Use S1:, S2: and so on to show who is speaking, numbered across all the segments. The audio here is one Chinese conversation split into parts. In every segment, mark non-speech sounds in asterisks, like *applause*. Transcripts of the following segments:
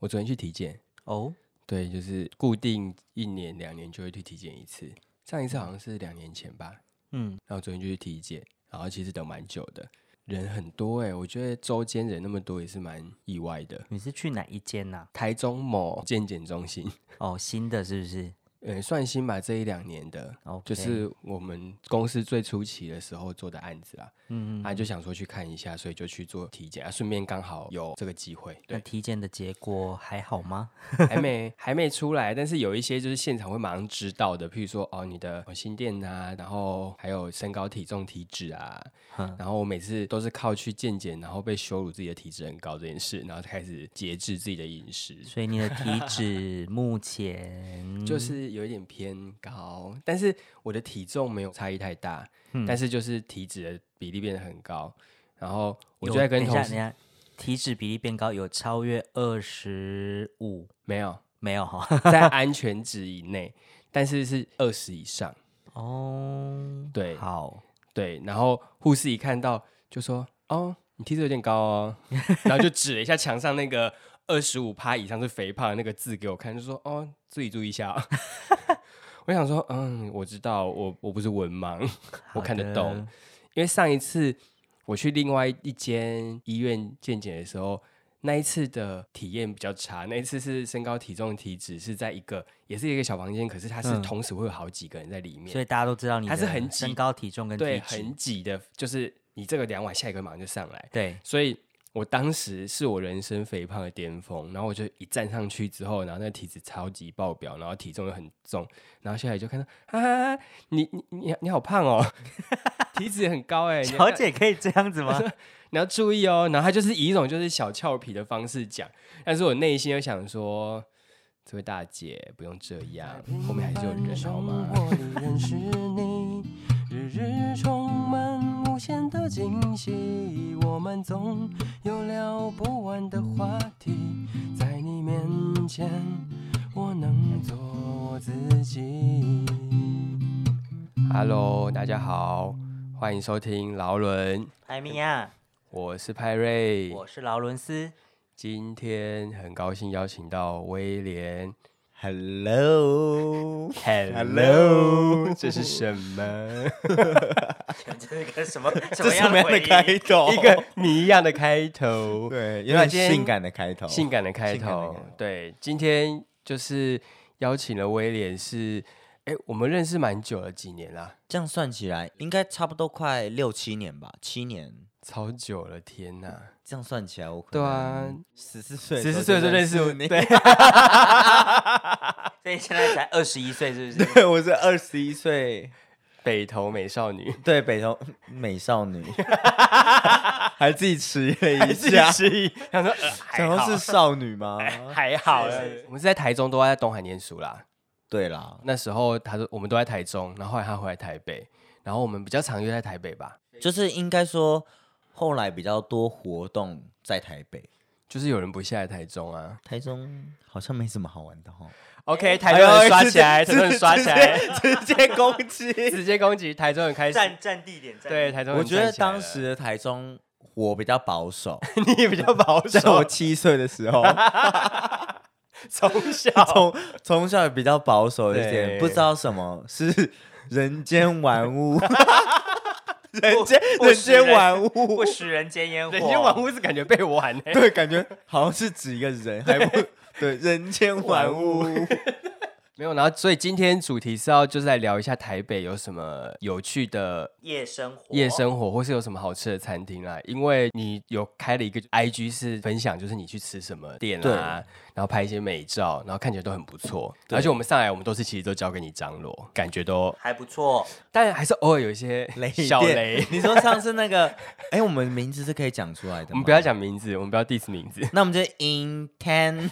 S1: 我昨天去体检，
S2: 哦，
S1: 对，就是固定一年两年就会去体检一次，上一次好像是两年前吧，
S2: 嗯，
S1: 然后昨天就去体检，然后其实等蛮久的，人很多哎、我觉得周间人那么多也是蛮意外的。
S2: 你是去哪一间呐、
S1: 台中某健检中心，
S2: 哦，新的是不是？
S1: 呃，算新吧，这一两年的，
S2: 哦，
S1: 就是我们公司最初期的时候做的案子啦，
S2: 嗯嗯，
S1: 啊，就想说去看一下，所以就去做体检啊，顺便刚好有这个机会，
S2: 那
S1: 对，
S2: 体检的结果还好吗？ *laughs*
S1: 还没还没出来，但是有一些就是现场会马上知道的，譬如说哦你的哦心电啊，然后还有身高、体重、体脂啊，
S2: 嗯
S1: 然后我每次都是靠去健检，然后被羞辱自己的体脂很高这件事，然后开始节制自己的饮食，
S2: 所以你的体脂目前
S1: 就是有一点偏高，但是我的体重没有差异太大，
S2: 嗯
S1: 但是就是体脂的比例变得很高，然后我就
S2: 有
S1: 在跟
S2: 等一
S1: 同
S2: 下，
S1: 事
S2: 等一下，体脂比例变高，有超越二十五
S1: 没有
S2: 没有哈？
S1: 在安全值以内，但是是二十以上，
S2: *laughs* 哦，
S1: 对
S2: 好，
S1: 对，然后护士一看到就说：“哦，你体脂有点高哦。” *laughs* 然后就指了一下墙上那个二十五趴以上是肥胖的那个字给我看，就说：“哦，自己注意一下、哦。” *laughs* 我想说，嗯，我知道，我我不是文盲，我
S2: 好
S1: 看得
S2: 的
S1: 懂。因为上一次我去另外一间医院健检的时候，那一次的体验比较差。那一次是身高、体重、体脂是在一个，也是一个小房间，可是它是
S2: 嗯
S1: 同时会有好几个人在里面，
S2: 所以大家都知道你
S1: 还是
S2: 的
S1: 很
S2: 身
S1: 挤
S2: 高、体重跟
S1: 对，
S2: 体脂
S1: 很，挤的，就是你这个量完，下一个马上就上来。
S2: 对，
S1: 所以我当时是我人生肥胖的巅峰，然后我就一站上去之后，然后那个体脂超级爆表，然后体重又很重，然后下来就看到啊，你你你你好胖哦， *laughs* 体脂很高哎、你要
S2: 小姐可以这样子
S1: *laughs*
S2: 吗？
S1: 你要注意哦。然后他就是以一种就是小俏皮的方式讲，但是我内心又想说。这位大姐不用这样，后面还是有人好吗？
S3: 认识你，日日充满无限的惊喜。我们总有聊不完的话题，在你面前，我能做我自己。
S1: Hello，大家好，欢迎收听劳伦，
S2: 艾哎米亚，
S1: 我是派瑞。
S2: 我是劳
S1: *laughs*
S2: 伦斯。
S1: 今天很高兴邀请到威廉。
S4: Hello，
S1: Hello，这
S4: *laughs*
S1: 是什么？
S2: *laughs* 这是个什么什
S4: 这什么样的开头？
S1: 一个谜一样的开头，
S4: 哦 *laughs* 对，有
S1: 对啊
S4: 点
S1: 今天
S4: 性感的开头。
S1: 性感的开
S4: 性感的
S1: 头
S4: 开头。
S1: 对，今天就是邀请了威廉是，哎，我们认识蛮久了，几年啦，
S4: 这样算起来，应该差不多快六七年吧，七年。
S1: 超久了，天哪！
S4: 这样算起来，我可
S1: 对啊，
S4: 能十四岁，
S1: 十四岁就认识我，
S4: 你。
S1: 对，
S2: *laughs* 所以现在才二十一岁，是不是？
S4: *laughs* 对，我是二十一岁，
S1: 北投美少女，
S4: 对，北投美少 *laughs* 女， *laughs* 还自己迟疑了一
S1: 自
S4: 下，
S1: *laughs* 己想说呃还
S4: 想说
S1: 好
S4: 是少女吗？
S1: 还好
S2: 是是
S1: 我们是在台中，都在东海念书啦。
S4: 对啦，
S1: 那时候他说我们都在台中，然后后来他回来台北，然后我们比较常约在台北吧，
S4: 就是应该说后来比较多活动在台北，
S1: 就是有人不下来台中啊。
S4: 台中好像没什么好玩的哈。
S1: OK，
S4: 哎
S1: 台
S4: 呦
S1: 中人刷
S4: 直
S1: 起
S4: 接
S1: 来，台中人
S4: 直
S1: 刷起来，
S4: 直接直接攻击。
S1: 直接攻击台中人开始。
S2: 站站地点，站
S1: 对，
S2: 地点
S1: 台中人
S4: 我觉得
S1: 站起来了
S4: 当时的台中我比较
S1: *laughs*
S4: 保守，
S1: 你比较保
S4: 在我
S1: 守，
S4: 七岁的时候，
S1: *laughs* 从小
S4: *laughs* 从从小比较保守一
S1: 对
S4: 点，不知道什么是人间
S1: *laughs*
S4: 玩物，人间
S2: 不
S4: 人
S2: 食
S4: 间
S2: 人
S4: *laughs* 玩物
S2: 不，食人间烟火，
S1: 人间玩物是感觉被玩欸
S4: 对，感觉好像是指一个人，还
S1: *laughs*
S4: 不对，人间玩物。
S1: 没有。然后，所以今天主题是要就是来聊一下台北有什么有趣的
S2: 夜生活，
S1: 夜生活，或是有什么好吃的餐厅啦、因为你有开了一个 IG 是分享，就是你去吃什么店
S4: 对
S1: 啊，然后拍一些美照，然后看起来都很不错。
S4: 对
S1: 而且我们上来，我们都是其实都交给你张罗，感觉都，
S2: 还不错。
S1: 但还是偶尔有一些
S4: 雷
S1: 小
S4: 电
S1: 雷。
S4: 你说上次那个，哎、我们名字是可以讲出来
S1: *laughs*
S4: 的吗？
S1: 我们不要，讲名字，我们不要 diss 名字。 *laughs*
S4: 那我们就 in ten *laughs*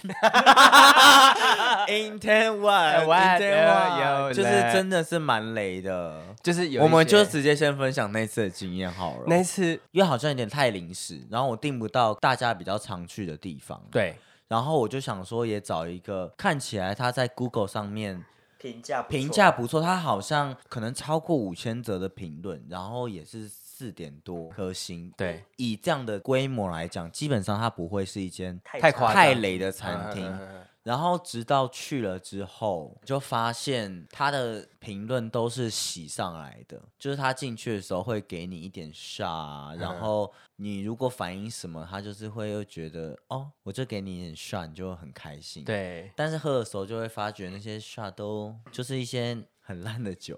S4: in ten *laughs* one
S1: One，
S4: in
S1: 呃
S4: ten
S1: 有
S4: one，就是
S1: 嘞
S4: 真的是蛮雷的。
S1: 就是有一些
S4: 我们就直接先分享那次的经验好了，
S1: 那一次，
S4: 因为好像有点太临时，然后我订不到大家比较常去的地方，，
S1: 对
S4: 然后我就想说也找一个看起来它在 Google 上面
S2: 评价不错
S4: 评价不错，它好像可能超过五千则的评论，然后也是。四点多颗星，
S1: 对，
S4: 以这样的规模来讲，基本上它不会是一间
S1: 太夸张
S4: 太累的餐厅。
S1: 嗯
S4: 然后直到去了之后，就发现他的评论都是洗上来的，就是他进去的时候会给你一点煞啊，然后你如果反应什么，他就是会又觉得哦，我就给你一点煞，你就会很开心。，
S1: 对，
S4: 但是喝的时候就会发觉那些煞都就是一些很烂的酒。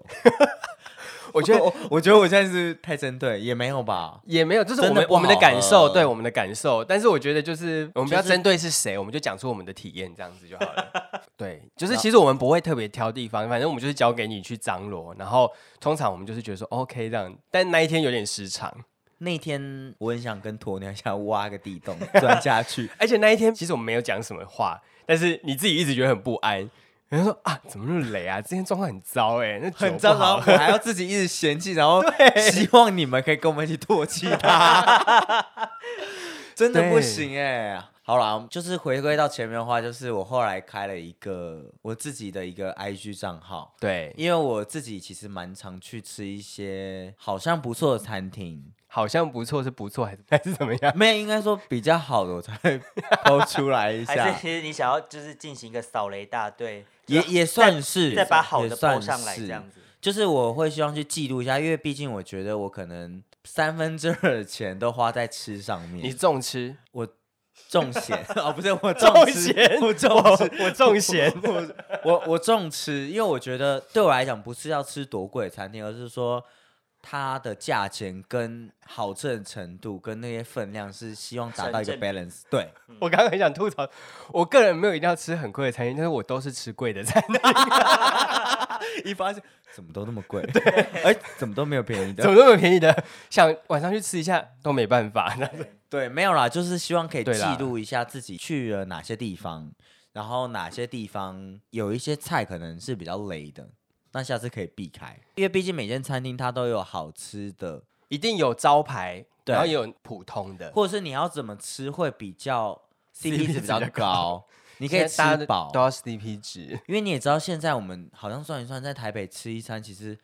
S1: 我觉得
S4: 我 *laughs* 我觉得我现在是太针对，也没有吧。
S1: 也没有，就是
S4: 真
S1: 我
S4: 的
S1: 们
S4: 不好
S1: 我们的感受，
S4: 喝
S1: 对我们的感受。但是我觉得就是我们不要
S4: 就是
S1: 针对是谁，我们就讲出我们的体验这样子就好 *laughs* 了。对，就是其实我们不会特别挑地方，反正我们就是交给你去张罗，然后通常我们就是觉得说 OK 这样，但那一天有点时长，
S4: 那天我很想跟鸵鸟一样挖个地 *laughs* 洞钻下去，
S1: 而且那一天其实我们没有讲什么话，但是你自己一直觉得很不安。人家说啊，怎么那么雷啊？今天状况很糟哎、那酒
S4: 很
S1: 不
S4: 糟，然后
S1: 好
S4: 我还要自己一直嫌弃，
S2: *laughs*
S4: 然后希望你们可以跟我们一起唾弃他， *laughs* 真的不
S1: 对
S4: 行哎、好啦，就是回归到前面的话，就是我后来开了一个我自己的一个 IG 账号，
S1: 对，
S4: 因为我自己其实蛮常去吃一些好像不错的餐厅，
S1: 好像不错是不错，还是还是怎么样？
S4: 没有应该说比较好的我才会 *laughs* 抛出来
S2: *laughs*
S4: 一
S2: 还
S4: 下
S2: 是，其实你想要就是进行一个扫雷大队，
S4: 也
S2: 就是
S4: 也算是
S2: 再把好
S4: 也
S2: 的报
S4: 算
S2: 上来这
S4: 是
S2: 样子。
S4: 就是我会希望去记录一下，因为毕竟我觉得我可能三分之二的钱都花在吃上
S1: *laughs* 你
S4: 面，
S1: 重吃，
S4: 我重咸 *laughs* 哦，不是我
S1: 重
S4: 重吃，
S1: 咸
S4: 我重吃，
S1: 我 *laughs* 重咸，
S4: 我我重吃，因为我觉得对我来讲不是要吃多贵的餐厅，而是说它的价钱跟好吃的程度跟那些分量是希望达到一个
S2: 成正
S4: balance。对，
S1: 我刚刚很想吐槽，我个人没有一定要吃很贵的餐厅，但是我都是吃贵的餐 *laughs* 厅，
S4: 一发现怎么都那么贵，哎，怎么都没有便宜的 *laughs*
S1: 怎，么那么便宜的？想晚上去吃一下都没办法。
S4: 对，没有啦，就是希望可以
S1: 对
S4: 记
S1: 啦
S4: 录一下自己去了哪些地方，然后哪些地方有一些菜可能是比较雷的，那下次可以避开，因为毕竟每间餐厅它都有好吃的，
S1: *laughs* 一定有招牌，
S4: 对
S1: 然后也有普通的，
S4: 或者是你要怎么吃会比较
S1: CP
S4: CP 值
S1: 值
S4: 比较
S1: 比较
S4: 高，你
S1: 你
S4: 可以吃饱
S1: 都，要 CP 值。
S4: 因为你也知道现在我们好像算一算，在台北吃一餐其实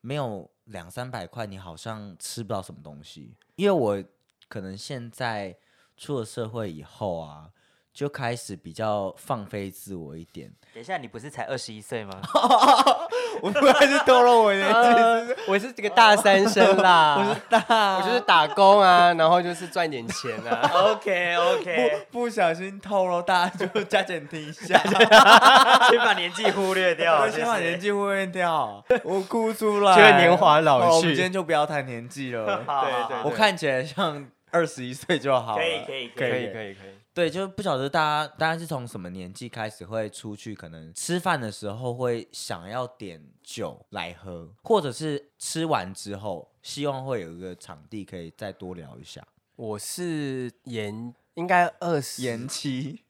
S4: 没有两三百块，你好像吃不到什么东西。因为我可能现在出了社会以后啊，就开始比较放飞自我一点。
S2: 等一下，你不是才二十一岁吗？
S4: 我不然是透露我年纪，
S1: 呃我是这个大三生
S4: *laughs*
S1: 啦，我是
S4: 大
S1: 我就是打工啊，然后就是赚点钱
S4: *laughs*
S1: 啊。
S2: OK OK，
S4: 不不小心透露，大家就 *laughs* 加减听一下，
S2: 先把年纪忽略掉，
S4: 我先把年
S2: 纪。
S4: 纪忽略掉，我
S2: *laughs*
S4: 哭出来，哦
S1: 觉得年华老
S4: 好我
S1: 去
S4: 们今天就不要谈年纪了。
S2: 好好好
S1: 对对
S4: 我看起来像二十一岁就好了。
S2: 可以可以可
S1: 可以
S2: 以
S1: 可以可以，
S4: 对，就不晓得大家大家是从什么年纪开始会出去，可能吃饭的时候会想要点酒来喝，或者是吃完之后希望会有一个场地可以再多聊一下。
S1: 我是延应该二十
S4: 期，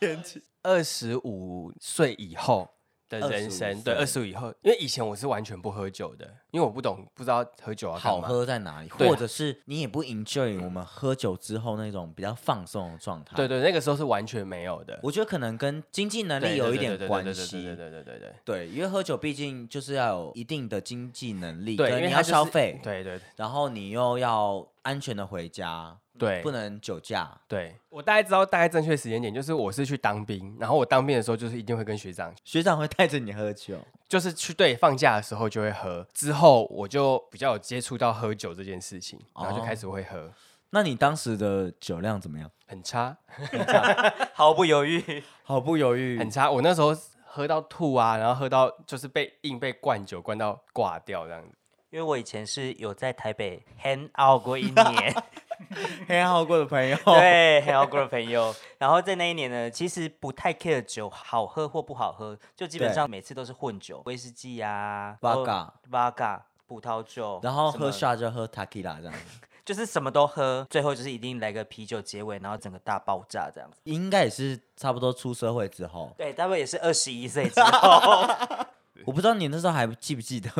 S2: 年纪 *laughs*
S1: 二十五岁以后的人生，
S4: 25
S1: 对，二十
S4: 岁
S1: 五以后，因为以前我是完全不喝酒的，因为我不懂，不知道喝酒要干
S4: 好
S1: 嘛。
S4: 喝在哪里？
S1: 对
S4: 或者是你也不 enjoy 我们喝酒之后那种比较放松的状态。
S1: 对，对，那个时候是完全没有的，
S4: 我觉得可能跟经济能力
S1: 对
S4: 有
S1: 对
S4: 一点
S1: 对对对
S4: 关
S1: 对对
S4: 系。
S1: 对对对对对
S4: 对，因为喝酒毕竟就是要有一定的经济能力，
S1: 对，
S4: 跟
S1: 因为
S4: 你
S1: 它
S4: 要
S1: 就是
S4: 消费，
S1: 对对
S4: 然后你又要安全的回家，
S1: 对，
S4: 不能酒驾。
S1: 对。我大概知道大概正确时间点，就是我是去当兵，然后我当兵的时候就是一定会跟学长，
S4: 学长会带着你喝酒，
S1: 就是去对放假的时候就会喝，之后我就比较有接触到喝酒这件事情，然后就开始会喝，
S4: 那你当时的酒量怎么样？
S1: 很差
S2: 毫不犹豫，
S4: 毫不犹豫
S1: 很差，我那时候。喝到吐啊，然后喝到就是被硬被灌酒灌到挂掉这样子。
S2: 因为我以前是有在台北 hang out 过一年，
S4: 黑好过的朋友，
S2: 对 hang out 过的朋友。然后在那一年呢，其实不太 care 酒好喝或不好喝，就基本
S4: 对
S2: 上每次都是混酒，威士忌啊
S4: Vodka、
S2: vodka、葡萄酒，
S4: 然后
S2: 什
S4: 喝
S2: 么
S4: 下就喝 tequila 这样，
S2: 就是什么都喝，最后就是一定来个啤酒结尾，然后整个大爆炸这样子。
S4: 应该也是差不多出社会之后。
S2: 对，大概也是二十一岁之
S4: *laughs*
S2: 后，
S4: 我不知道你那时候还记不记得，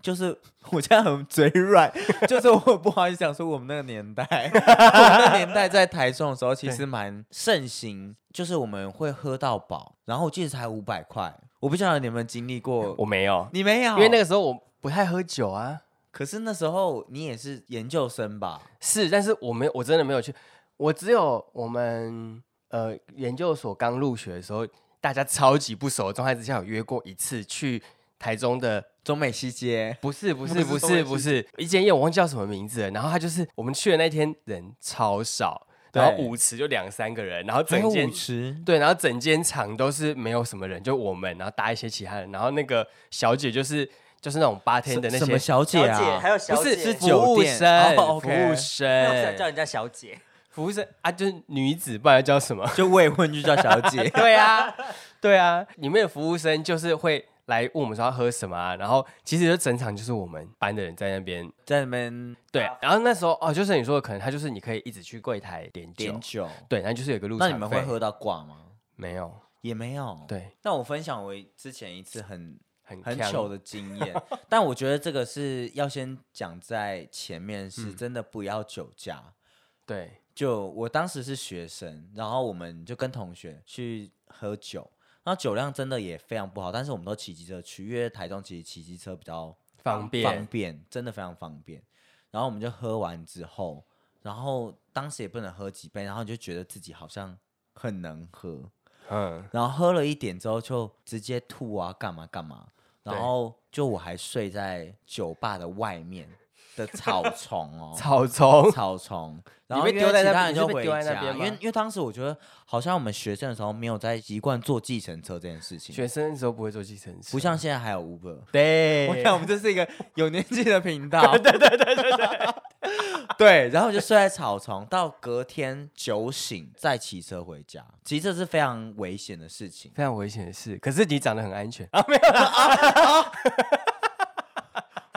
S4: 就是我现在很嘴软，就是我不好意思讲说我们那个年代，我们那个年代在台中的时候其实蛮盛行，就是我们会喝到饱，然后我记得才五百块，我不晓得你们经历过
S1: 我，没有，
S4: 你没有，
S1: 因为那个时候我不太喝酒啊。
S4: 可是那时候你也是研究生吧？
S1: 是，但是我没有，我真的没有去，我只有我们呃研究所刚入学的时候，大家超级不熟的状态之下，有约过一次去台中的。
S4: 中美西街
S1: 不是不是
S3: 是
S1: 不
S3: 中
S1: 是
S3: 文
S1: 不
S3: 系
S1: 是，一间夜我忘记叫什么名字了。然后他就是我们去的那天人超少，然后
S4: 对
S1: 舞池就两三个人，然后
S4: 还有
S1: *laughs* 整
S4: 舞
S1: 间 *laughs*
S4: 池，
S1: 对，然后整间场都是没有什么人，就我们，然后搭一些其他人，然后那个小姐就是就是那种八天的那
S4: 什什么
S1: 些
S2: 小
S4: 小姐
S2: 姐还
S4: 啊？
S2: 有小
S1: 不
S2: 姐，
S1: 是是
S4: 酒
S1: 服务
S4: 店
S1: 生，
S4: 哦
S1: 服
S4: ，OK
S1: 务
S2: 那我
S4: 哎
S2: 想叫
S1: 生，
S2: 人家小姐，
S1: 服务生啊，就是女子，不然叫什么？
S4: *laughs* 就未婚就叫小姐，
S1: *laughs* 对啊，对啊，里面的服务生就是会来问我们说要喝什么啊，然后其实就整场就是我们班的人在那边。
S4: 在那边
S1: 对
S2: 啊，
S1: 然后那时候哦，就是你说的，可能他就是你可以一直去柜台点酒
S4: 点，酒。
S1: 对，然后就是有一个入场
S4: 那
S1: 费。
S4: 你们会喝到挂吗？
S1: 没有？
S4: 也没有。，
S1: 对，
S4: 那我分享我之前一次很
S1: 很
S4: 很
S1: 呛 *laughs*
S4: 糗的经验，但我觉得这个是要先讲在前面，
S1: 嗯
S4: 是真的不要酒驾。
S1: 对，
S4: 就我当时是学生，然后我们就跟同学去喝酒，然后酒量真的也非常不好，但是我们都骑机车去，因为台中其实骑机车比较
S1: 方便
S4: 方便，真的非常方便。然后我们就喝完之后，然后当时也不能喝几杯，然后就觉得自己好像很能喝，
S1: 嗯，
S4: 然后喝了一点之后就直接吐啊，干嘛干嘛，然
S1: 对，
S4: 后就我还睡在酒吧的外面的草 *laughs* 丛哦
S1: 草丛，
S4: 草丛，
S1: 你
S4: 然后
S1: 被
S4: 因为
S1: 丢在
S4: 其
S1: 那
S4: 他
S1: 边
S4: 人
S1: 你
S4: 就是
S1: 被
S4: 回
S1: 丢在那
S4: 家
S1: 边
S4: 因为
S1: 吗
S4: 因为当时我觉得好像我们学生的时候没有在习惯坐计程车这件事情，
S1: 学生的时候不会坐计程车，
S4: 不像现在还有 Uber。
S1: *laughs* 对，
S4: 我看我们这是一个有年纪的
S1: *laughs*
S4: 频道，对对对对对 *laughs* 对。然后我就睡在草丛，到隔天酒醒再骑车回家，其实这是非常危险的事
S1: *laughs*
S4: 情。
S1: 非常危险的事。可是你长得很安全啊，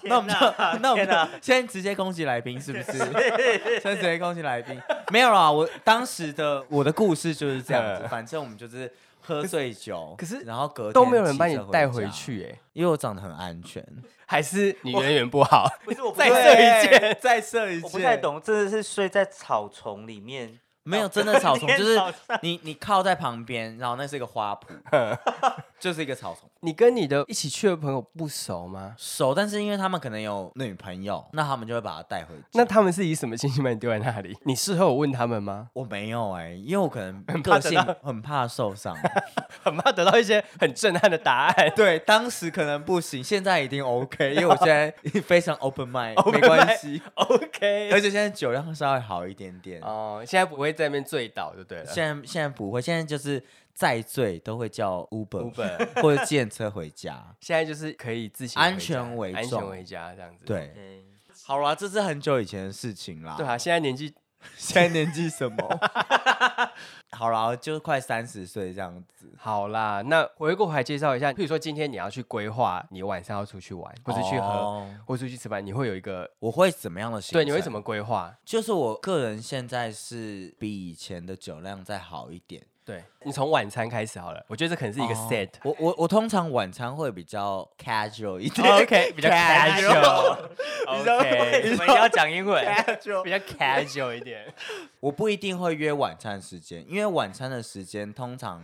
S4: 那我们就
S2: 天哪
S4: *laughs* 那我们
S2: 天哪
S4: 就先直接恭喜来宾是不
S1: *laughs*
S4: 是？先直接恭喜来宾。 *laughs* 没有啦，我当时的我的故事就是这样子，反正我们就是喝醉
S1: 嗯
S4: 酒，
S1: 可是
S4: 然后隔天
S1: 都没有人把你
S4: 骑车
S1: 带回
S4: 家，
S1: 去、欸，
S4: 因为我长得很安全。
S1: 还是你人缘不好？
S2: *laughs* 不是我不
S1: 再
S2: 太
S1: 设一
S4: 对
S1: 件，
S4: 再设一件，
S2: 我不太。懂，真的是睡在草丛里面，
S4: 没有真的草
S1: *laughs*
S4: 丛，
S2: 天
S4: 就是
S2: 早上
S4: 你你靠在旁边，然后那是一个花圃，
S1: *laughs*
S4: 就是一个草丛。
S1: 你跟你的一起去的朋友不熟吗？
S4: 熟，但是因为他们可能有女朋友，那他们就会把他带回家。
S1: 那他们是以什么心情把你丢在那 *laughs* 里？你事后有问他们吗？
S4: 我没有哎、因为我可能
S1: 怕
S4: 个
S1: 得
S4: 性
S1: 到
S4: 很怕受伤，
S1: 很怕得到一些很震撼的答案。
S4: *laughs*
S1: *laughs*
S4: 对，当时可能不行，现在已经 OK，因为我现 *laughs* 在非常 open mind，没关系。而
S1: OK，
S4: 且现在酒量稍微好一点点，
S1: 哦，现在不会在那边醉倒就对了。
S4: 现在现在不会，现在就是再醉都会叫 Uber,
S1: Uber
S4: 或者电车回 *laughs* 家。
S1: 现在就是可以自行回家
S4: 安全为重
S1: 安全为家这样子。
S4: 对，
S2: 对
S4: 好啦，这是很久以前的事情啦。
S1: 对啊，现在年纪
S4: 现在年纪什么？ *laughs* 好啦，就快三十岁这样子。
S1: 好啦，那回过头来介绍一下，譬如说今天你要去规划你晚上要出去玩，或者去喝，
S4: 哦
S1: 或出去吃饭，你会有一个
S4: 我会怎么样的行程？
S1: 对，你会怎？么规划？
S4: 就是我个人现在是比以前的酒量再好一点。
S1: 对你从晚餐开始好了，我觉得这可能是一个
S4: 哦
S1: set。
S4: 我我我通常晚餐会比较 casual 一点
S1: 哦 OK，比较 *laughs* casual，
S2: 为
S1: OK，
S2: 什么一定要讲英文？
S1: *laughs* 比较 casual 一点。
S4: *laughs* 我不一定会约晚餐时间，因为晚餐的时间通常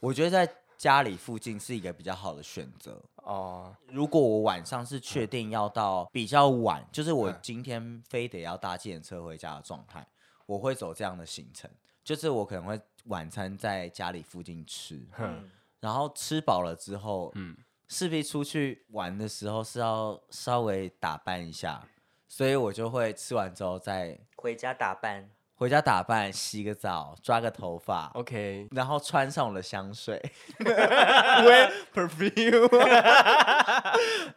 S4: 我觉得在家里附近是一个比较好的选择。
S1: *laughs* 哦，
S4: 如果我晚上是确定要到比较晚，就是我
S1: 嗯
S4: 今天非得要搭计程车回家的状态，我会走这样的行程，就是我可能会晚餐在家里附近吃，
S2: 嗯
S4: 然后吃饱了之后，
S1: 嗯
S4: 嗯，势必出去玩的时候是要稍微打扮一下，所以我就会吃完之后再
S2: 回家打扮，
S4: 回家打扮，洗个澡，抓个头发。
S1: 哦，OK，
S4: 然后穿上我的香水，wear perfume，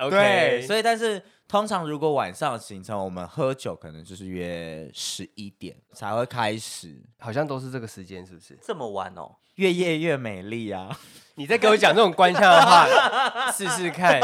S4: 对，所
S1: 以
S4: 以但是通常如果晚上的行程，我们喝酒可能就是约十一点才会开始，
S1: 好像都是这个时间，是不是？
S2: 这么晚哦，
S4: 越夜越美丽啊！
S1: *laughs* 你再给我讲这种官腔的话， *laughs* 试试看。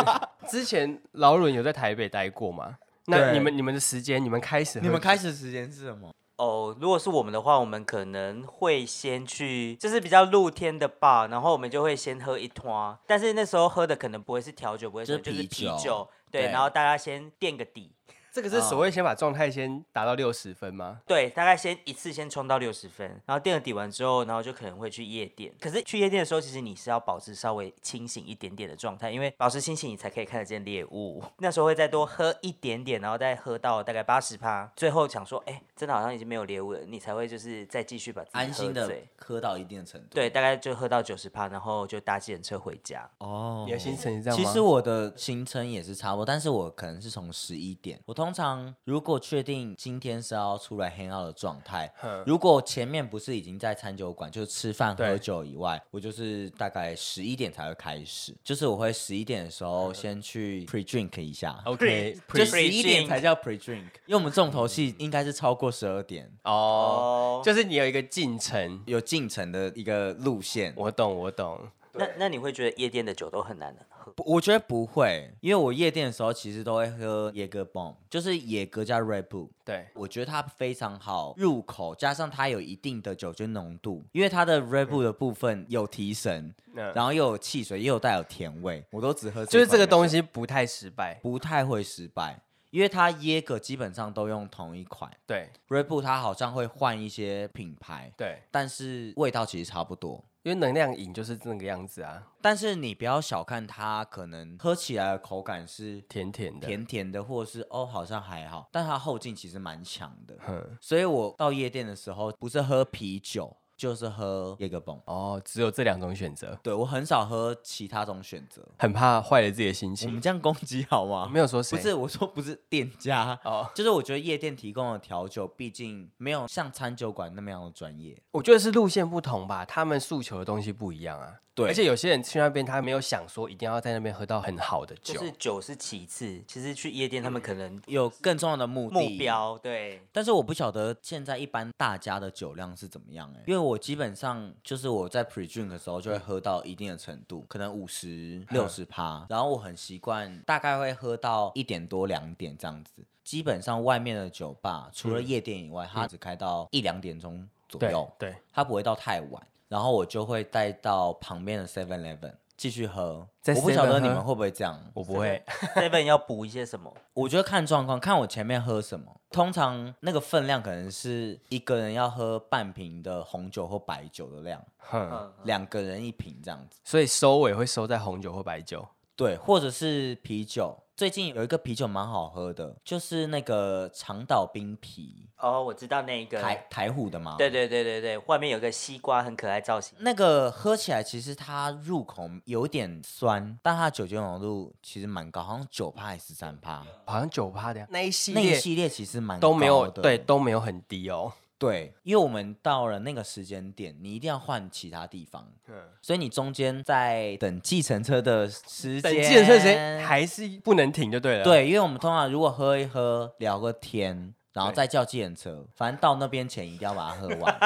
S1: 之前劳伦有在台北待过吗？那
S4: 对
S1: 你们你们的时间，你们开始喝
S4: 你们
S1: 酒
S4: 开始时间是什么？
S2: 哦，如果是我们的话，我们可能会先去，就是比较露天的 bar，然后我们就会先喝一拖，但是那时候喝的可能不会是调酒，不会
S4: 就是
S2: 就是
S4: 啤
S2: 啤
S4: 酒
S2: 酒，对，
S4: 对
S2: 然后大家先垫个底，
S1: 这个是所谓先把状态先达到六十分吗？
S2: 对，大概先一次先冲到六十分，然后垫了底完之后，然后就可能会去夜店。可是去夜店的时候，其实你是要保持稍微清醒一点点的状态，因为保持清醒你才可以看得见猎物。 *laughs* 那时候会再多喝一点点，然后再喝到大概八十趴，最后想说，哎，真的好像已经没有猎物了，你才会就是再继续把自己
S4: 安心
S2: 喝
S4: 的
S2: 醉
S4: 磕到一定的程度。
S2: 对，大概就喝到九十趴，然后就搭计程车回家。
S4: 哦，
S1: 你的行程是这样
S4: 其
S1: 吗？
S4: 实我的行程也是差不多，但是我可能是从十一点。我通常如果确定今天是要出来 hang out 的状态，如果前面不是已经在餐酒馆，就是吃饭
S1: 对
S4: 喝酒以外，我就是大概十一点才会开始。就是我会十一点的时
S1: 嗯
S4: 候先去 pre drink 一下。
S1: 哦 OK，
S4: 就
S1: pre-
S4: 十一点
S2: drink
S4: 才叫 pre
S1: *laughs*
S4: drink，因为我们重头戏应该是超过十二点，
S1: 哦，
S2: 哦，
S1: 就是你有一个进程。
S4: 有进程的一个路线。
S1: 我懂，我懂。
S2: 那那你会觉得夜店的酒都很难喝？
S4: 不我觉得不会，因为我夜店的时候其实都会喝野格 bomb，就是野格加 Red Bull。
S1: 对，
S4: 我觉得它非常好入口，加上它有一定的酒精浓度，因为它的 Red Bull 的部分有提神，
S1: 嗯
S4: 然后又有汽水，又有带有甜味，我都只喝。
S1: 就是这个
S4: 西。
S1: 东西不太失败。
S4: 不太会失败，因为它椰格基本上都用同一款
S1: 对，
S4: ，Red Bull 它好像会换一些品牌，
S1: 对，
S4: 但是味道其实差不多。
S1: 因为能量饮就是那个样子啊，
S4: 但是你不要小看它，可能喝起来的口感是
S1: 甜甜的。
S4: 甜甜的，或者是哦好像还好，但它后劲其实蛮强的。
S1: 嗯，
S4: 所以我到夜店的时候，不是喝啤酒，就是喝椰格蹦。
S1: 哦，只有这两种选择，
S4: 对我很少喝其他种选择。
S1: 很怕坏了自己的心
S4: 我们
S1: 情。
S4: 这样攻击好吗？
S1: 没有说
S4: 不
S1: 谁
S4: 是，我说不是店家，
S1: 哦，
S4: 就是我觉得夜店提供的调酒，毕竟没有像餐酒馆那么样的专业。
S1: 我觉得是路线不同吧，他们诉求的东西不一样啊。
S4: 对
S1: 而且有些人去那边，他没有想说一定要在那边喝到很好的酒，
S2: 就是酒是其次，其实去夜店他们可能
S4: 有更重要的嗯目的
S2: 目。标对。
S4: 但是我不晓得现在一般大家的酒量是怎么样哎、因为我基本上就是我在 pre drink 的时候就会喝到一定的程度，可能五十六十趴，
S1: 嗯
S4: 然后我很习惯大概会喝到一点多两点这样子。基本上外面的酒吧除了夜店以外，它只开到一两点钟左
S1: 嗯对
S4: 右，
S1: 对，
S4: 它不会到太晚，然后我就会带到旁边的 Seven Eleven 继续喝。
S1: 在
S4: 我不晓
S1: 7-Eleven
S4: 得你
S1: 喝
S4: 们会不会这样，
S1: 我不会。
S2: *laughs* seven 要补一些什么？
S4: 我觉得看状况，看我前面喝什么。通常那个分量可能是一个人要喝半瓶的红酒或白酒的量，
S1: 哼，
S2: 嗯，
S4: 两个人一瓶这样子。
S1: 所以收尾会收在红酒或白酒。
S4: 对，或者是啤酒。最近有一个啤酒蛮好喝的，就是那个长岛冰啤，
S2: 哦，我知道那一个，
S4: 台台虎的嘛。
S2: 对对对对对，外面有个西瓜，很可爱造
S4: *laughs*
S2: 型。
S4: 那个喝起来其实它入口有点酸，但它的酒精浓度其实蛮高，好像九趴还是三趴。
S1: 好像酒趴的呀那一系
S4: 那一
S1: 列
S4: 系列其实蛮
S1: 都没有，
S4: 高的
S1: 对，都没有很低哦。
S4: 对，因为我们到了那个时间点，你一定要换其他地方，
S1: 嗯
S4: 所以你中间在等计程车的时间，
S1: 等计程车时间还是不能停就对了。，
S4: 对，因为我们通常如果喝一喝，聊个天，然后
S1: 对
S4: 再叫计程车，反正到那边前一定要把它喝完，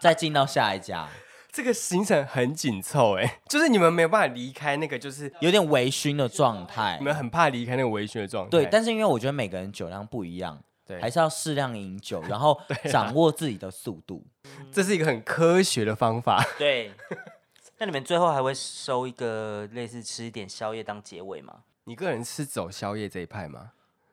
S4: 再进到下一家，
S1: 这个行程很紧凑哎，就是你们没有办法离开那个，就是
S4: 有点微醺的状态
S1: 你。们很怕离开那个微醺的状态。
S4: 对，但是因为我觉得每个人酒量不一样，
S1: 对啊
S4: 还是要适量饮酒，然后掌握自己的速度。
S1: 这是一个很科学的方法。 *laughs*
S2: 对，那你们最后还会收一个类似吃一点宵夜当结尾吗？
S1: 你个人是走宵夜这一派吗？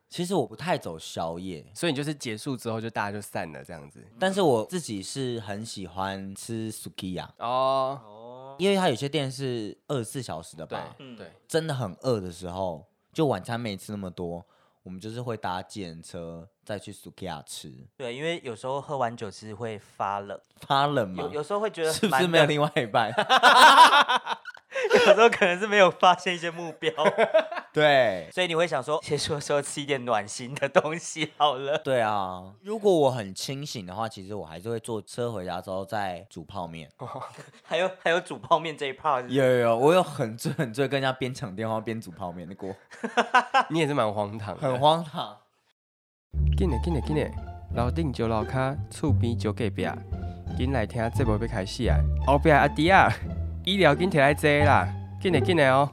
S4: 其实我不太走宵夜，
S1: 所以你就是结束之后就大家就散了这样子。
S4: 但是我自己是很喜欢吃 sukiya，
S1: 哦，
S2: 哦，
S4: 因为它有些店是二十四小时的
S1: 对
S4: 吧，
S2: 嗯
S1: 对，
S4: 真的很饿的时候，就晚餐没吃那么多，我们就是会搭计程车再去 sukiya 吃，
S2: 对，因为有时候喝完酒其实会发冷，
S4: 发冷嘛
S2: 有，有时候会觉得
S4: 嗯是不
S2: 蛮
S4: 是没有
S2: 冷
S4: 另外一半？
S2: 有时候可能是没有发现一些目
S4: *laughs*
S2: 标，
S4: *laughs* 对。
S2: 所以你会想说，结束的时候吃一点暖心的东西好了。
S4: 对啊，如果我很清醒的话，其实我还是会坐车回家之后再煮泡面。
S2: 哦还有还有煮泡面这一 part，是不是
S4: 有有有，我有很醉很醉，跟人家边讲电话边煮泡面的过，
S1: 你也是蛮荒唐的，
S4: 很荒唐。
S1: 紧嘞紧嘞紧嘞，楼顶就楼骹，厝边就隔壁，紧来听节目要开始啊！后壁阿弟啊，医疗紧摕来坐啦，紧嘞紧嘞哦。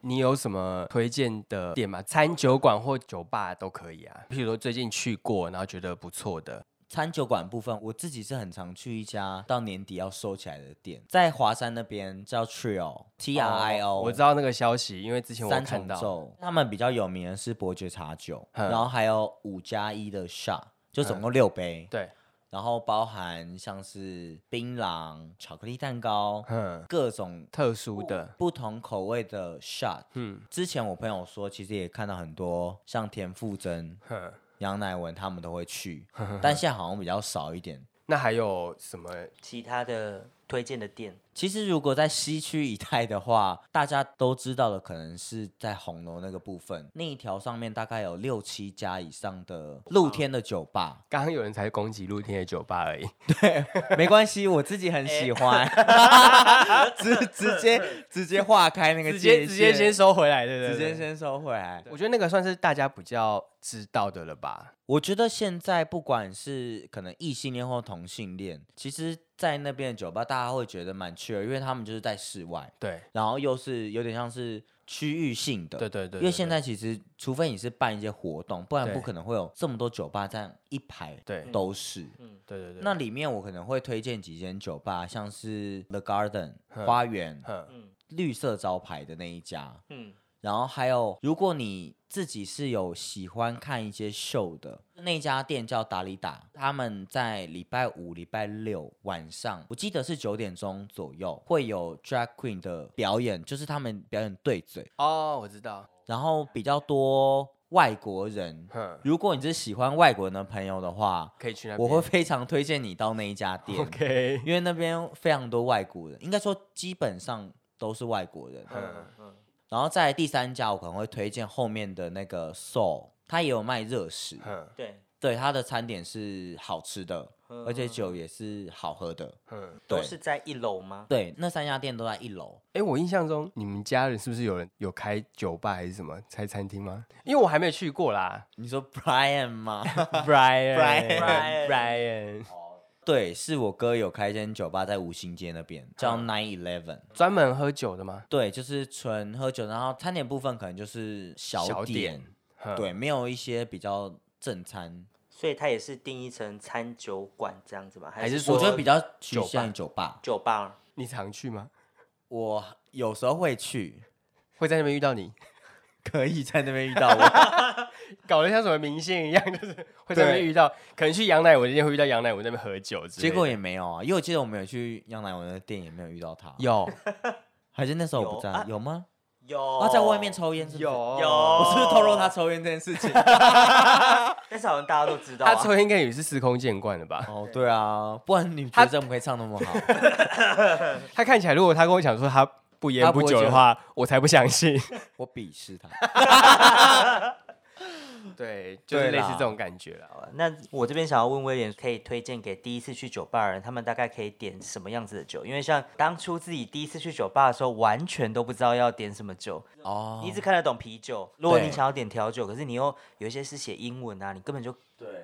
S1: 你有什么推荐的店吗？餐酒馆或酒吧都可以啊。譬如说最近去过，然后觉得不错的，
S4: 餐酒馆部分，我自己是很常去一家到年底要收起来的店，在华山那边叫 Trio T R I O，、
S1: 哦我知道那个消息，因为之前我
S4: 三
S1: 看
S4: 重
S1: 到，
S4: 奏，他们比较有名的是伯爵茶酒，
S1: 嗯
S4: 然后还有五加一的 shot，就总共六杯，
S1: 对，
S4: 然后包含像是槟榔、巧克力蛋糕，
S1: 嗯，
S4: 各种
S1: 特殊的，
S4: 不同口味的 shot。
S1: 嗯
S4: 之前我朋友说，其实也看到很多像田馥甄、
S1: 哼，
S4: 杨乃文他们都会去，但现在好像比较少一点。
S1: 那还有什么？。
S2: 其他的推荐的店，
S4: 其实如果在西区一带的话，大家都知道的可能是在红楼那个部分，那一条上面大概有六七家以上的露天的酒吧
S1: 刚刚有人才攻击露天的酒吧而已，
S4: 没关系，我自己很喜欢，
S1: 哎
S4: 啊直 *laughs* 直
S1: *laughs*
S4: 接直接划开那个
S1: 直接
S4: 界
S1: 直接
S4: 限
S1: 先收回来，对对
S4: 直
S1: 对，
S4: 接先收回来。
S1: 我觉得那个算是大家比较知道的了吧。
S4: 我觉得现在不管是可能异性恋或同性恋，其实，在那边的酒吧，大家会觉得蛮 chill，因为他们就是在室外，
S1: 对，
S4: 然后又是有点像是区域性的。
S1: 对对对，
S4: 因为现
S1: 对
S4: 在其实，除非你是办一些活动，不然
S1: 对
S4: 不可能会有这么多酒吧这样一排
S1: 对
S4: 都是。
S1: 对对对，
S4: 那里面我可能会推荐几间酒吧，像是
S1: *laughs*
S4: The Garden
S1: 嗯
S4: 花园
S1: 哼
S4: 绿色招牌的那一家，
S2: 嗯，
S4: 然后还有，如果你自己是有喜欢看一些秀的，那家店叫达里达，他们在礼拜五、礼拜六晚上，我记得是九点钟左右会有 drag queen 的表演，就是他们表演对嘴，
S1: 哦，我知道，
S4: 然后比较多外国人。
S1: 哼，
S4: 如果你是喜欢外国人的朋友的话，
S1: 可以去那
S4: 我
S1: 边。
S4: 会非常推荐你到那一家店
S1: OK，
S4: 因为那边非常多外国人，应该说基本上都是外国人。
S1: 嗯，
S4: 然后在第三家，我可能会推荐后面的那个 Soul，它也有卖热食，
S1: 哼，
S2: 对，
S4: 对，它的餐点是好吃的，
S2: 嗯
S4: 而且酒也是好喝的。
S1: 哼。
S2: 都
S4: 对
S2: 是在一楼吗？
S4: 对，那三家店都在一楼。
S1: 哎，我印象中你们家人是不是有人有开酒吧还是什么开餐厅吗？因为我还没有去过 *laughs* 啦。
S4: 你说 Brian 吗？ *laughs*
S1: Brian，Brian，Brian
S2: Brian
S1: Brian
S4: 对，是我哥有开一间酒吧在五星街那边，叫 Nine Eleven。
S1: 专门喝酒的吗？
S4: 对，就是纯喝酒，然后餐点部分可能就是小
S1: 小
S4: 点，
S1: 点哼，
S4: 对，没有一些比较正餐。
S2: 所以它也是定义成餐酒馆这样子吗？
S1: 还
S2: 是
S1: 是
S4: 我
S1: 说
S4: 觉得比较趋
S1: 酒吧
S4: 向于酒吧。
S2: 酒吧？
S1: 你常去吗？
S4: 我有时候会去，
S1: 会在那边遇到你，
S4: 可以在那边遇到我。
S1: 搞得像什么明星一样， *laughs* 就是会在那边遇到，可能去杨乃文那天会遇到杨乃文在那边喝酒 *laughs* 之类
S4: 结
S1: 的，
S4: 果也没有啊，因为我记得我们有去央乃文的店，也没有遇到他。
S1: 有
S4: 还是那时候我
S2: 有
S4: 不在，
S2: 啊
S4: 有吗？
S2: 有
S4: 哦他在外面，抽烟是不是？
S1: *laughs* 哦有，哦
S2: 有
S4: 我是不是透露他抽烟这件事情？
S2: 但是好像大家都知道啊
S1: 他抽烟应该也是司空见惯了吧？
S4: 哦，对啊，不然你觉得我们可以唱那么好？
S1: 他看起来，如果他跟我讲说他不烟
S4: 他不
S1: 不
S4: 会
S1: 酒
S4: 觉
S1: 的
S4: 得
S1: 话，我才不相信。
S4: 我鄙视他。
S1: *laughs* 对，就是类似这种感觉啦。
S2: 好啊那我这边想要问威廉，可以推荐给第一次去酒吧的人，他们大概可以点什么样子的酒？因为像当初自己第一次去酒吧的时候，完全都不知道要点什么酒，
S4: 哦
S2: 你，只看得懂啤酒。如果
S4: 对
S2: 你想要点调酒，可是你又有一些是写英文啊，你根本就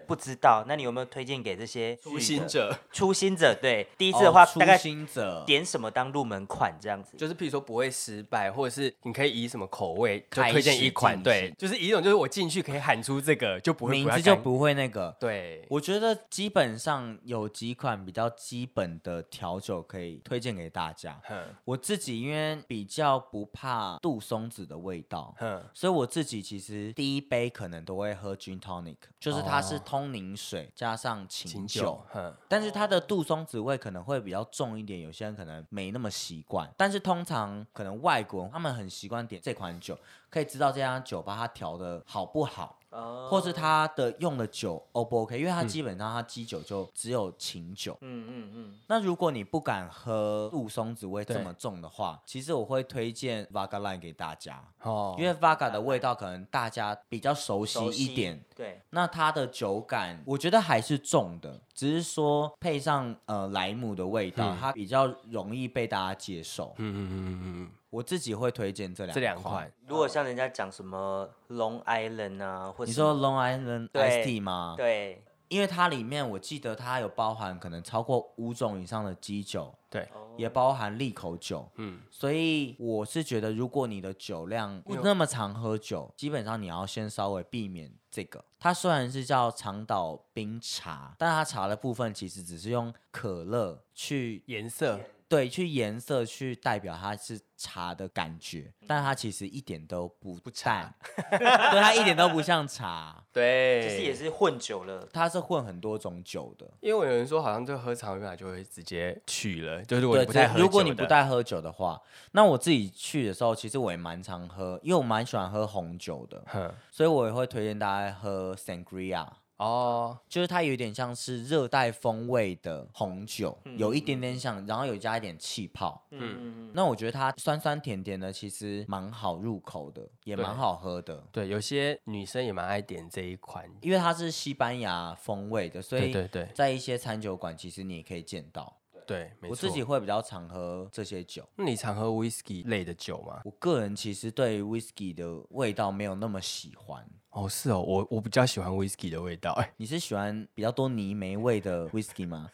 S2: 不知道。那你有没有推荐给这些
S1: 初心者
S2: 初心者？对，第一次的话，
S4: 哦初
S2: 大概
S4: 心者
S2: 点什么当入门款这样子？
S1: 就是，譬如说不会失败，或者是你可以以什么口味就
S4: 开
S1: 推荐
S4: 始
S1: 一款，
S4: 进
S1: 对
S4: 行，
S1: 就是以一种就是我进去可以喊出这个，就不会
S4: 名
S1: 要
S4: 字就
S1: 尴
S4: 不会那个。
S1: 对。
S4: 我觉得基本上有几款比较基本的调酒可以推荐给大家。
S1: 哼
S4: 我自己因为比较不怕杜松子的味道，
S1: 哼
S4: 所以我自己其实第一杯可能都会喝 gin tonic，就是它是
S1: 哦
S4: 通灵水加上琴
S1: 琴
S4: 酒，
S1: 酒，哼
S4: 但是它的杜松子味可能会比较重一点，有些人可能没那么习惯。但是通常可能外国人他们很习惯点这款酒，可以知道这家酒吧它调的好不好，
S2: 哦
S4: 或是它的用的酒 O 不 OK，因为它
S1: 嗯
S4: 基本上它基酒就只有琴酒。
S2: 嗯嗯嗯，
S4: 那如果你不敢喝杜松子味这
S1: 对
S4: 么重的话，其实我会推荐 Vaga Line 给大家。
S1: 哦，
S4: 因为 Vaga 的味道可能大家比较熟悉
S2: 熟悉
S4: 一点，
S2: 对，
S4: 那它的酒感我觉得还是重的，只是说配上呃莱姆的味道，
S1: 嗯
S4: 它比较容易被大家接受。
S1: 嗯嗯嗯嗯嗯
S4: 我自己会推荐这两
S1: 嗯，这两
S4: 款
S1: 款。
S2: 如果像人家讲什么 Long Island 啊，或
S4: 你
S2: 是
S4: 说 Long Island
S2: 对
S4: Ice Tea 吗？
S2: 对，
S4: 因为它里面我记得它有包含可能超过五种以上的基酒，
S1: 对，
S2: 哦
S4: 也包含利口酒，
S1: 嗯，
S4: 所以我是觉得，如果你的酒量不那么常喝酒，基本上你要先稍微避免这个。它虽然是叫长岛冰茶，但它茶的部分其实只是用可乐去
S1: 颜色
S4: 对去颜色去代表它是茶的感觉，但它其实一点都不不淡， *laughs* 对它一点都不像茶，
S1: 对，
S2: 其实也是混久了，
S4: 它是混很多种酒的。
S1: 因为有人说好像就喝长尾马就会直接去了，就是如果
S4: 对，
S1: 你不太喝
S4: 如果
S1: 酒
S4: 你不
S1: 的
S4: 太喝酒的话，那我自己去的时候，其实我也蛮常喝，因为我蛮喜欢喝红酒的，
S1: 哼
S4: 所以我也会推荐大家喝 Sangria，
S1: 哦，
S4: 就是它有点像是热带风味的红酒，
S1: 嗯
S4: 有一点点像，然后有加一点气泡。
S2: 嗯，
S4: 那我觉得它酸酸甜甜的，其实蛮好入口的，也蛮
S1: 对
S4: 好喝的，
S1: 对，有些女生也蛮爱点这一款，
S4: 因为它是西班牙风味的，所
S1: 对
S4: 以
S1: 对对
S4: 在一些餐酒馆，其实你也可以见到。
S1: 对，没错。
S4: 我自己，会比较常喝这些酒。
S1: 那你常喝 whisky 类的酒吗？
S4: 我个人其实对 whisky 的味道没有那么喜欢。
S1: 哦，是哦，我我比较喜欢 whisky 的味道， *laughs* 哎，
S4: 你是喜欢比较多泥煤味的 whisky 吗？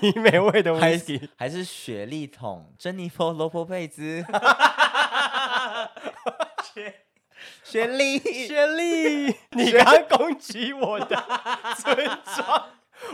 S1: 泥煤味的
S4: *laughs* 还
S1: whisky
S4: 是还是雪莉桶、珍妮佛·罗伯佩兹、雪莉？
S1: 雪莉，你刚刚攻击我的村庄，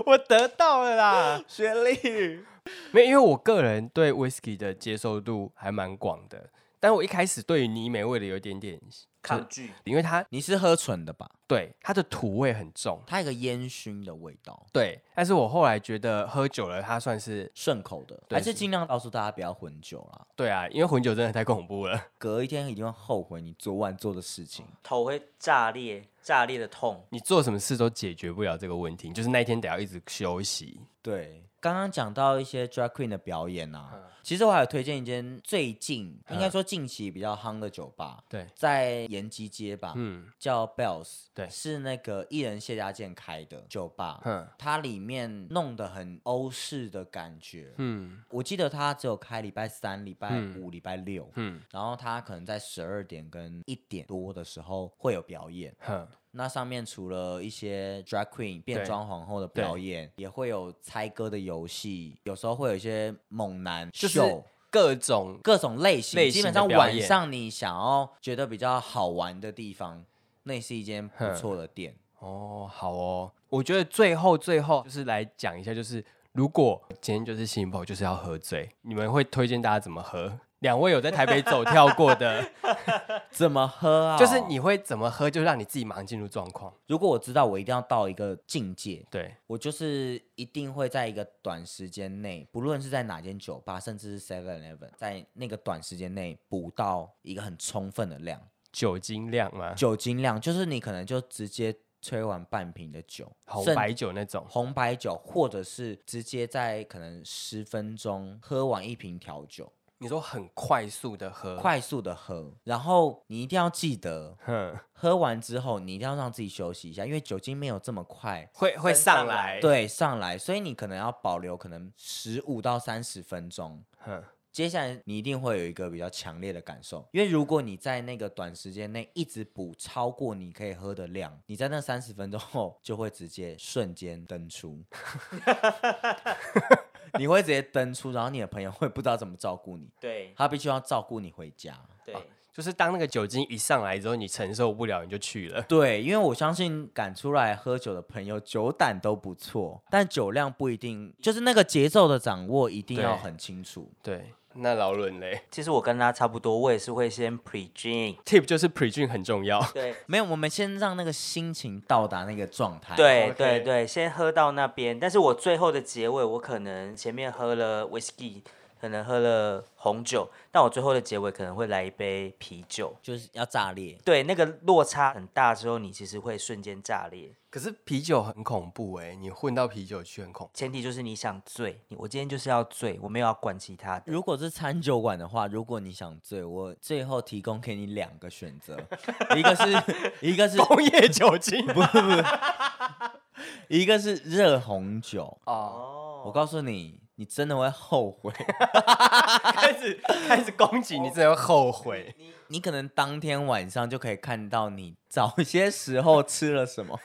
S1: 我得到了啦。
S4: 雪莉，
S1: 没有，因为我个人对 whisky 的接受度还蛮广的，但我一开始对于泥煤味的有一点点，
S2: 抗拒，
S1: 因为它
S4: *laughs* 你是喝纯的吧？
S1: 对它的土味很重，
S4: 它有个烟熏的味道，
S1: 对，但是我后来觉得喝酒了，它算是
S4: 顺口的，
S1: 对
S4: 还是尽量告诉大家不要混酒啦。
S1: 对啊，因为混酒真的太恐怖了。
S4: 隔一天一定会后悔你昨晚做的事情。
S2: 头会炸裂，炸裂的痛。
S1: 你做什么事都解决不了这个问题，就是那一天得要一直休息。
S4: 对，刚刚讲到一些 drag queen 的表演啊，其实我还有推荐一间最近应该说近期比较夯的酒吧，
S1: 对，
S4: 在延吉街吧，
S1: 嗯
S4: 叫 Bells，
S1: 对嗯
S4: 是那个艺人谢家健开的酒吧，
S1: 哼
S4: 它里面弄得很欧式的感觉。
S1: 嗯
S4: 我记得它只有开礼拜三、礼拜五、礼拜六，
S1: 嗯
S4: 然后它可能在十二点跟一点多的时候会有表演。
S1: 哼，
S4: 那上面除了一些 drag queen 变装皇后的表演，也会有猜歌的游戏，有时候会有一些猛男秀，
S1: 就是各种
S4: 各种类型。
S1: 类型
S4: 基本上
S1: 的表
S4: 晚
S1: 演
S4: 上你想要觉得比较好玩的地方，那是一间不错的店。
S1: 哦，好哦。我觉得最后最后就是来讲一下，就是如果今天就是新朋友就是要喝醉，你们会推荐大家怎么喝？两位有在台北走跳过的， *laughs*
S4: 怎么喝啊？
S1: 就是你，会怎么喝，就让你自己马上进入状况。
S4: 如果我知道我一定要到一个境界，
S1: 对，
S4: 我就是一定会在一个短时间内，不论是在哪间酒吧，甚至是 Seven Eleven，在那个短时间内补到一个很充分的量。
S1: 酒精量嘛，
S4: 酒精量，就是你可能就直接吹完半瓶的酒，
S1: 红
S4: 甚
S1: 白酒那种，
S4: 红白酒，或者是直接在可能十分钟喝完一瓶调酒，
S1: 你说很快速的喝，，
S4: 快速的喝。然后你一定要记得，
S1: 哼，
S4: 喝完之后你一定要让自己休息一下，因为酒精没有这么快。
S1: *laughs* 会会
S2: 上
S1: 上
S2: 来
S1: 来，，
S4: 对，上来，所以你可能要保留可能十五到三十分钟，
S1: 哼，
S4: 接下来你一定会有一个比较强烈的感受，因为如果你在那个短时间内一直补超过你可以喝的量，你在那三十分钟后就会直接瞬间登出，你会直接登出，然后你的朋友会不知道怎么照顾你，
S2: 对
S4: 他必须要照顾你回家。
S2: 对，
S1: 就是当那个酒精一上来之后，你承受不了，你就去了。
S4: 对，因为我相信赶出来喝酒的朋友酒胆都不错，但酒量不一定，就是那个节奏的掌握一定要
S1: 对
S4: 很清楚。
S1: 对，那老伦嘞
S2: 其实我跟他差不多，我也是会先 pre drink。
S1: ，tip 就是 pre drink 很重要。
S2: 对
S4: 没有，我们先让那个心情到达那个状态。
S2: 对
S1: OK
S2: 对对，先喝到那边，但是我最后的结尾，我可能前面喝了 whisky，可能喝了红酒，但我最后的结尾可能会来一杯啤酒。
S4: 就是要炸裂。
S2: 对，那个落差很大之后，你其实会瞬间炸裂。
S1: 可是啤酒很恐怖哎、你混到啤酒去很恐怖。
S2: 前提就是你想醉，你我今天就是要醉，我没有要管其他的。
S4: 如果是餐酒馆的话，如果你想醉，我最后提供给你两个选择，一个是一
S2: *laughs*
S4: 个是
S1: *laughs* 工业酒精
S4: 一个是热红酒。
S1: 哦，
S2: 哦，
S4: 我告诉你，你真的会后悔。 *laughs*
S1: 开始开始攻击你，真的会后 *laughs* 悔。
S4: 你可能当天晚上就可以看到你早些时候吃了什么。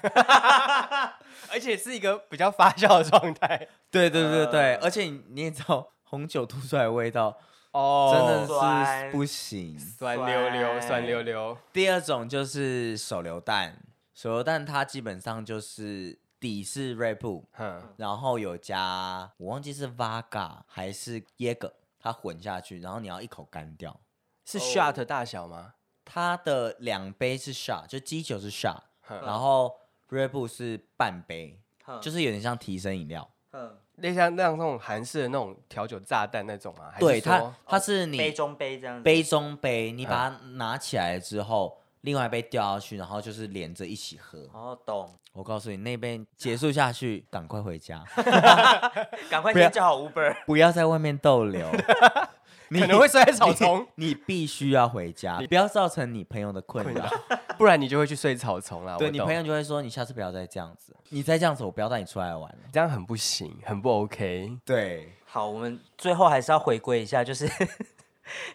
S1: 而且是一个比较发酵的状态
S4: 对对对对，
S1: 呃
S4: 而且你你也知道红酒吐出来的味道
S1: 哦
S4: 真的
S2: 酸
S4: 是不行。
S1: 酸溜溜，
S2: 酸
S1: 酸溜溜。
S4: 第二种就是手榴弹，手榴弹它基本上就是底是瑞布，
S1: 哼，
S4: 然后有加我忘记是 Vaga 还是耶格，它混下去，然后你要一口干掉。
S1: 是
S2: 哦
S1: shot 大小吗？
S4: 它的两杯是 shot，就基酒是 shot，
S1: 哼
S4: 然后 Red Bull 是半杯，
S2: 哼
S4: 就是有点像提升饮料。
S2: 哼
S1: 类似像那种那种韩式的那种调酒炸弹那种吗？还是
S4: 对，
S1: 说哦
S4: 它它是你
S2: 杯中杯这样子，
S4: 杯中杯，你把它拿起来之后，另外一杯掉下去，然后就是连着一起喝。
S2: 哦懂，
S4: 我告诉你，那杯结束下 *laughs* 去，赶快回家，
S2: 赶快
S4: 不要
S2: 先叫好 Uber，
S4: 不要在外面逗 *laughs* 留。你
S1: 可能会摔在草丛，
S4: 你，你必须要回家，不要造成你朋友的困扰。
S1: 不然你就会去睡草丛啦。
S4: 对
S1: 我
S4: 你
S1: 懂
S4: 朋友就会说，你下次不要再这样子，你再这样子，我不要带你出来玩了。
S1: 这样很不行，很不 OK。
S4: 对，
S2: 好，我们最后还是要回归一下，就是 *laughs*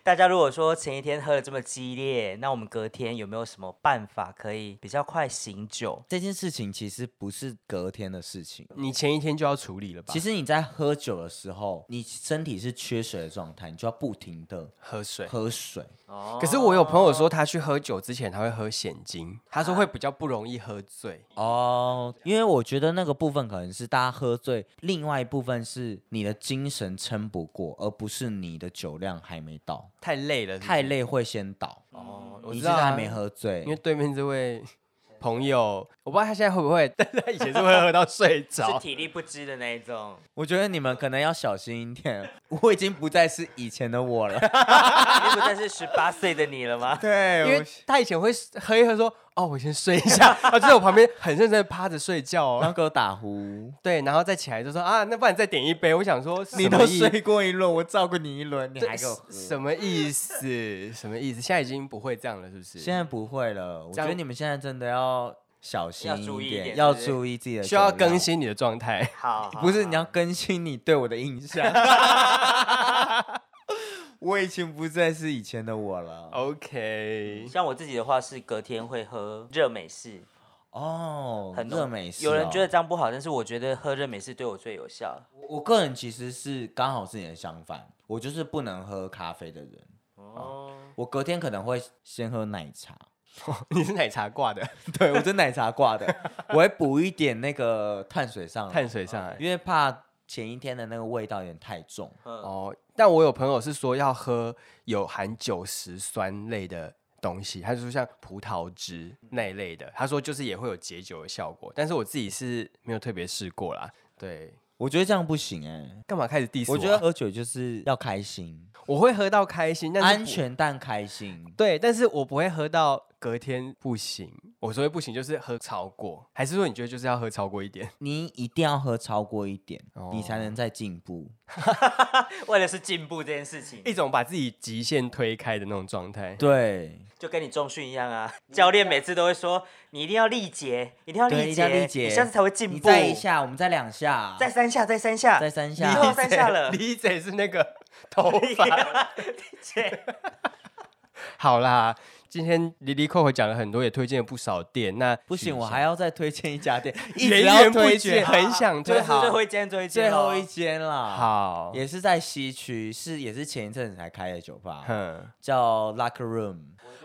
S2: 大家如果说前一天喝的这么激烈，那我们隔天有没有什么办法可以比较快醒酒？
S4: 这件事情其实不是隔天的事情。
S1: 你前一天就要处理了吧？
S4: 其实你在喝酒的时候，你身体是缺水的状态，你就要不停的
S1: 喝水。
S4: 喝水。
S2: 哦
S1: 可是我有朋友说，他去喝酒之前他会喝现金，他说会比较不容易喝醉。
S4: 哦，因为我觉得那个部分可能是大家喝醉，另外一部分是你的精神撑不过，而不是你的酒量还没到，
S1: 太累了是不是
S4: 太累会先倒。
S1: 哦，我
S4: 你
S1: 知
S4: 是
S1: 道啊
S4: 还没，喝醉
S1: 因为，对面这位朋友，我不知道他现在会不 *laughs* 会，但是他以前是会喝到睡
S2: 是
S1: 着。
S2: 体力不支的那一种，
S4: 我觉得你们可能要小心一点。我已经不再是以前的我了，
S2: *laughs*
S1: *laughs*
S2: 你不再是十八岁的你了吗？
S4: 对，
S1: *laughs* 因
S4: 因
S1: 为
S4: 为
S1: 他以前会喝一喝说，哦，我先睡一 *laughs* 下，他就在我旁边很认真的趴着睡觉
S4: 然
S1: 哦
S4: 后。给我打呼。
S1: 对，然后再起来就说啊，那不然再点一杯。我想说，
S4: 你
S1: 什么
S4: 都
S1: 意
S4: 睡过一轮，我照顾你一轮，你
S1: 这
S4: 还给我喝。
S1: 什么意思？什么意思？现在已经不会这样了，是不是？
S4: 现在不会了，我
S1: 这
S4: 觉
S1: 样
S4: 得你们现在真的要小心
S2: 要注意一点
S4: 点，
S2: 是
S4: 要
S2: 不是
S4: 注意自己的
S1: 需要
S4: 酒量哦
S1: 更，新你的状态。
S2: 好，好
S4: 不是
S2: 好
S4: 你要更新你对我的
S2: *laughs*
S4: 印象。我已经不再是以前的我了。
S1: OK， *laughs*
S2: 像我自己的话是隔天会喝热美式，
S4: 哦，
S2: 很浓
S4: 热美式哦。
S2: 有人觉得这样不好，但是我觉得喝热美式对我最有效。
S4: 我，我个人其实是刚好是你的相反，我就是不能喝咖啡的人。
S2: 哦，
S4: 我隔天可能会先喝奶
S2: *laughs*
S4: 茶，
S1: 你是奶茶挂的，
S4: 对我是奶茶
S2: *laughs*
S4: 挂的，我会补一点那个碳水上来，
S1: 碳水上来。
S4: 因为怕前一天的那个味道有点太重。
S2: 哦，
S1: 哦，但我有朋友是说要喝有含酒石酸类的东西，他就说像葡萄汁
S4: 嗯
S1: 那一类的，他说就是也会有解酒的效果，但是我自己是没有特别试过啦。对，
S4: 我觉得这样不行哎、
S1: 干嘛开始 diss 我啊？
S4: 我觉得喝酒就是要开心，
S1: 我会喝到开心，但是
S4: 安
S1: 不。
S4: 全但开心。
S1: 对，但是我不会喝到隔天不行。我所谓不行，就是喝超过，还是说你觉得就是要喝超过一点？ *laughs*
S4: 你一定要喝超过一点，
S1: 哦
S4: 你才能再进步。
S2: 为了是进步这件事情，
S1: 一种把自己极限推开的那种状态。
S4: 对，
S2: 就跟你重训一样啊。教练每次都会说，你一定要力竭，一定要
S4: 对，
S2: 力
S4: 一定要
S2: 竭，
S4: 理解，
S2: 你下次才会进步。
S4: 你再一，下，我们再两下，
S2: 再三下，再三下，
S4: 再三
S2: 你
S4: 下
S2: 又，要三下
S4: *laughs*
S2: 了。
S1: 李嘴是那个头发。
S2: 切
S1: 好啦，今天离离扣扣讲了很多，也推荐了不少店。那
S4: 不行，我还
S1: 要
S4: 要再推荐一家
S1: *laughs*
S4: 店，一直
S1: 源
S4: 要
S1: 源不
S4: 推
S1: 绝，
S4: 荐，
S1: 很
S2: *laughs*
S1: 想
S2: 最
S1: 推。
S2: 后
S1: 好
S2: 最，后一间，最后一间，
S4: *laughs* 最后一。间啦。。
S1: 好，
S4: 也是在西区，是也是前一阵子才开的酒吧，
S1: 嗯，
S4: 叫 Locker Room。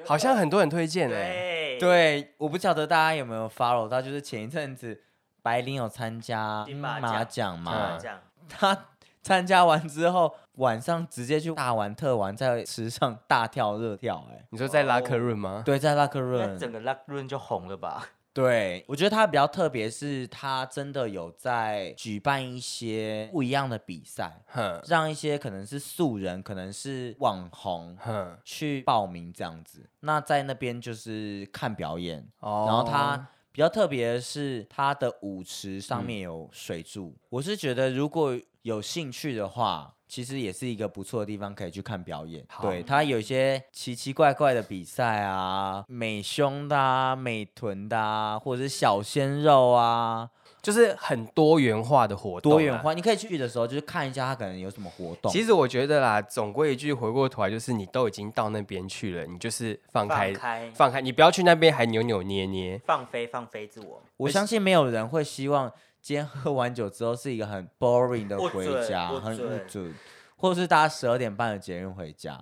S1: 好像很多人推荐哎。
S2: 对，
S4: 欸对，我不晓得大家有没有 follow 到，就是前一阵子白灵有参加
S2: 金马奖
S4: 奖嘛
S1: 嗯，
S2: 啊这样
S4: 他参加完之后，晚上直接去大玩特玩，在池上大跳热跳、哎，
S1: 你说在拉克
S2: 哦
S1: 润吗？
S4: 对，在 Locker
S2: 那整
S4: Room。
S2: 个 Luck Run 就红了吧？
S4: 对，我觉得他比较特别，是他真的有在举办一些不一样的比赛，
S1: 哼
S4: 让一些可能是素人，可能是网红
S1: 哼，
S4: 去报名这样子。那在那边就是看表演，
S1: 哦嗯
S4: 然后它比较特别的是，它的舞池上面有水柱。我是觉得如果有兴趣的话，其实也是一个不错的地方，可以去看表演。
S1: 好
S4: 对，它有一些奇奇怪怪的比赛啊，美胸的啊，美臀的啊，或者是小鲜肉啊。
S1: 就是很多元化的活动、
S4: 多元。化，你可以去的时候就是看一下他可能有什么活动。
S1: 其实我觉得啦，总归一句，回过头来就是你都已经到那边去了，你就是放开
S2: 放开
S1: 放开，你不要去那边还扭扭捏捏。
S2: 放飞放飞自我，
S4: 我相信没有人会希望今天喝完酒之后是一个很 boring 的
S2: 不
S4: 回
S2: 准
S4: 家，
S2: 不
S4: 很
S2: 准
S4: 准，或者是搭十二点半的捷运回家，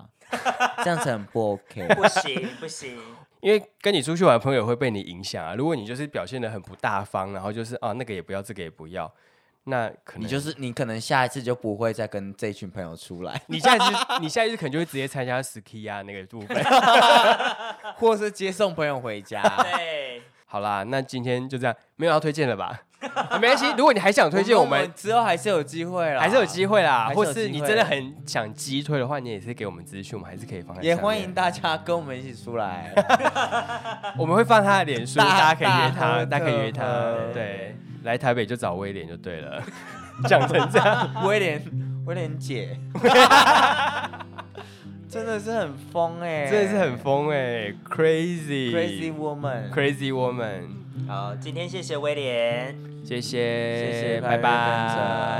S4: 这样子很
S1: *laughs*
S4: 不 OK。
S2: 不行不行，
S1: 因为跟你出去玩的朋友也会被你影响啊。如果你就是表现的很不大方，然后就是啊那个也不要，这个也不要，那可能，
S4: 你就是你可能下一次就不会再跟这群朋友出来 *laughs*
S1: 你下一次你下一次可能就会直接参加 ski 啊那个部分。 *laughs*
S4: 或者是接送朋友回家。
S2: 对，
S1: 好啦，那今天就这样，没有要推荐了吧？ *laughs* 没关系，如果你还想推荐我们，
S4: 之后还是有机会啦，
S1: 还是有机会啦。
S4: 还是
S1: 或
S4: 有机会
S1: 是你真的很想击推的话，你也是给我们资讯，我们还是可以放在
S4: 也
S1: 上面
S4: 欢迎大家跟我们一起出来。
S1: 我们会放他的脸书，大家
S4: 大
S1: 可以约他，大
S4: 大
S1: 家可
S4: 喝特喝
S1: 以约他。对，来台北就找威廉就对了， *laughs* 讲成这样。
S4: 威廉，威
S1: *laughs*
S4: 廉姐，真的是很疯哎、
S1: 真的是很疯哎、c r a z y
S4: crazy woman。
S1: crazy woman，
S2: 好，今天谢谢威廉。
S1: 谢谢，
S4: 谢谢
S1: 拜
S4: 白日笨
S1: 拜。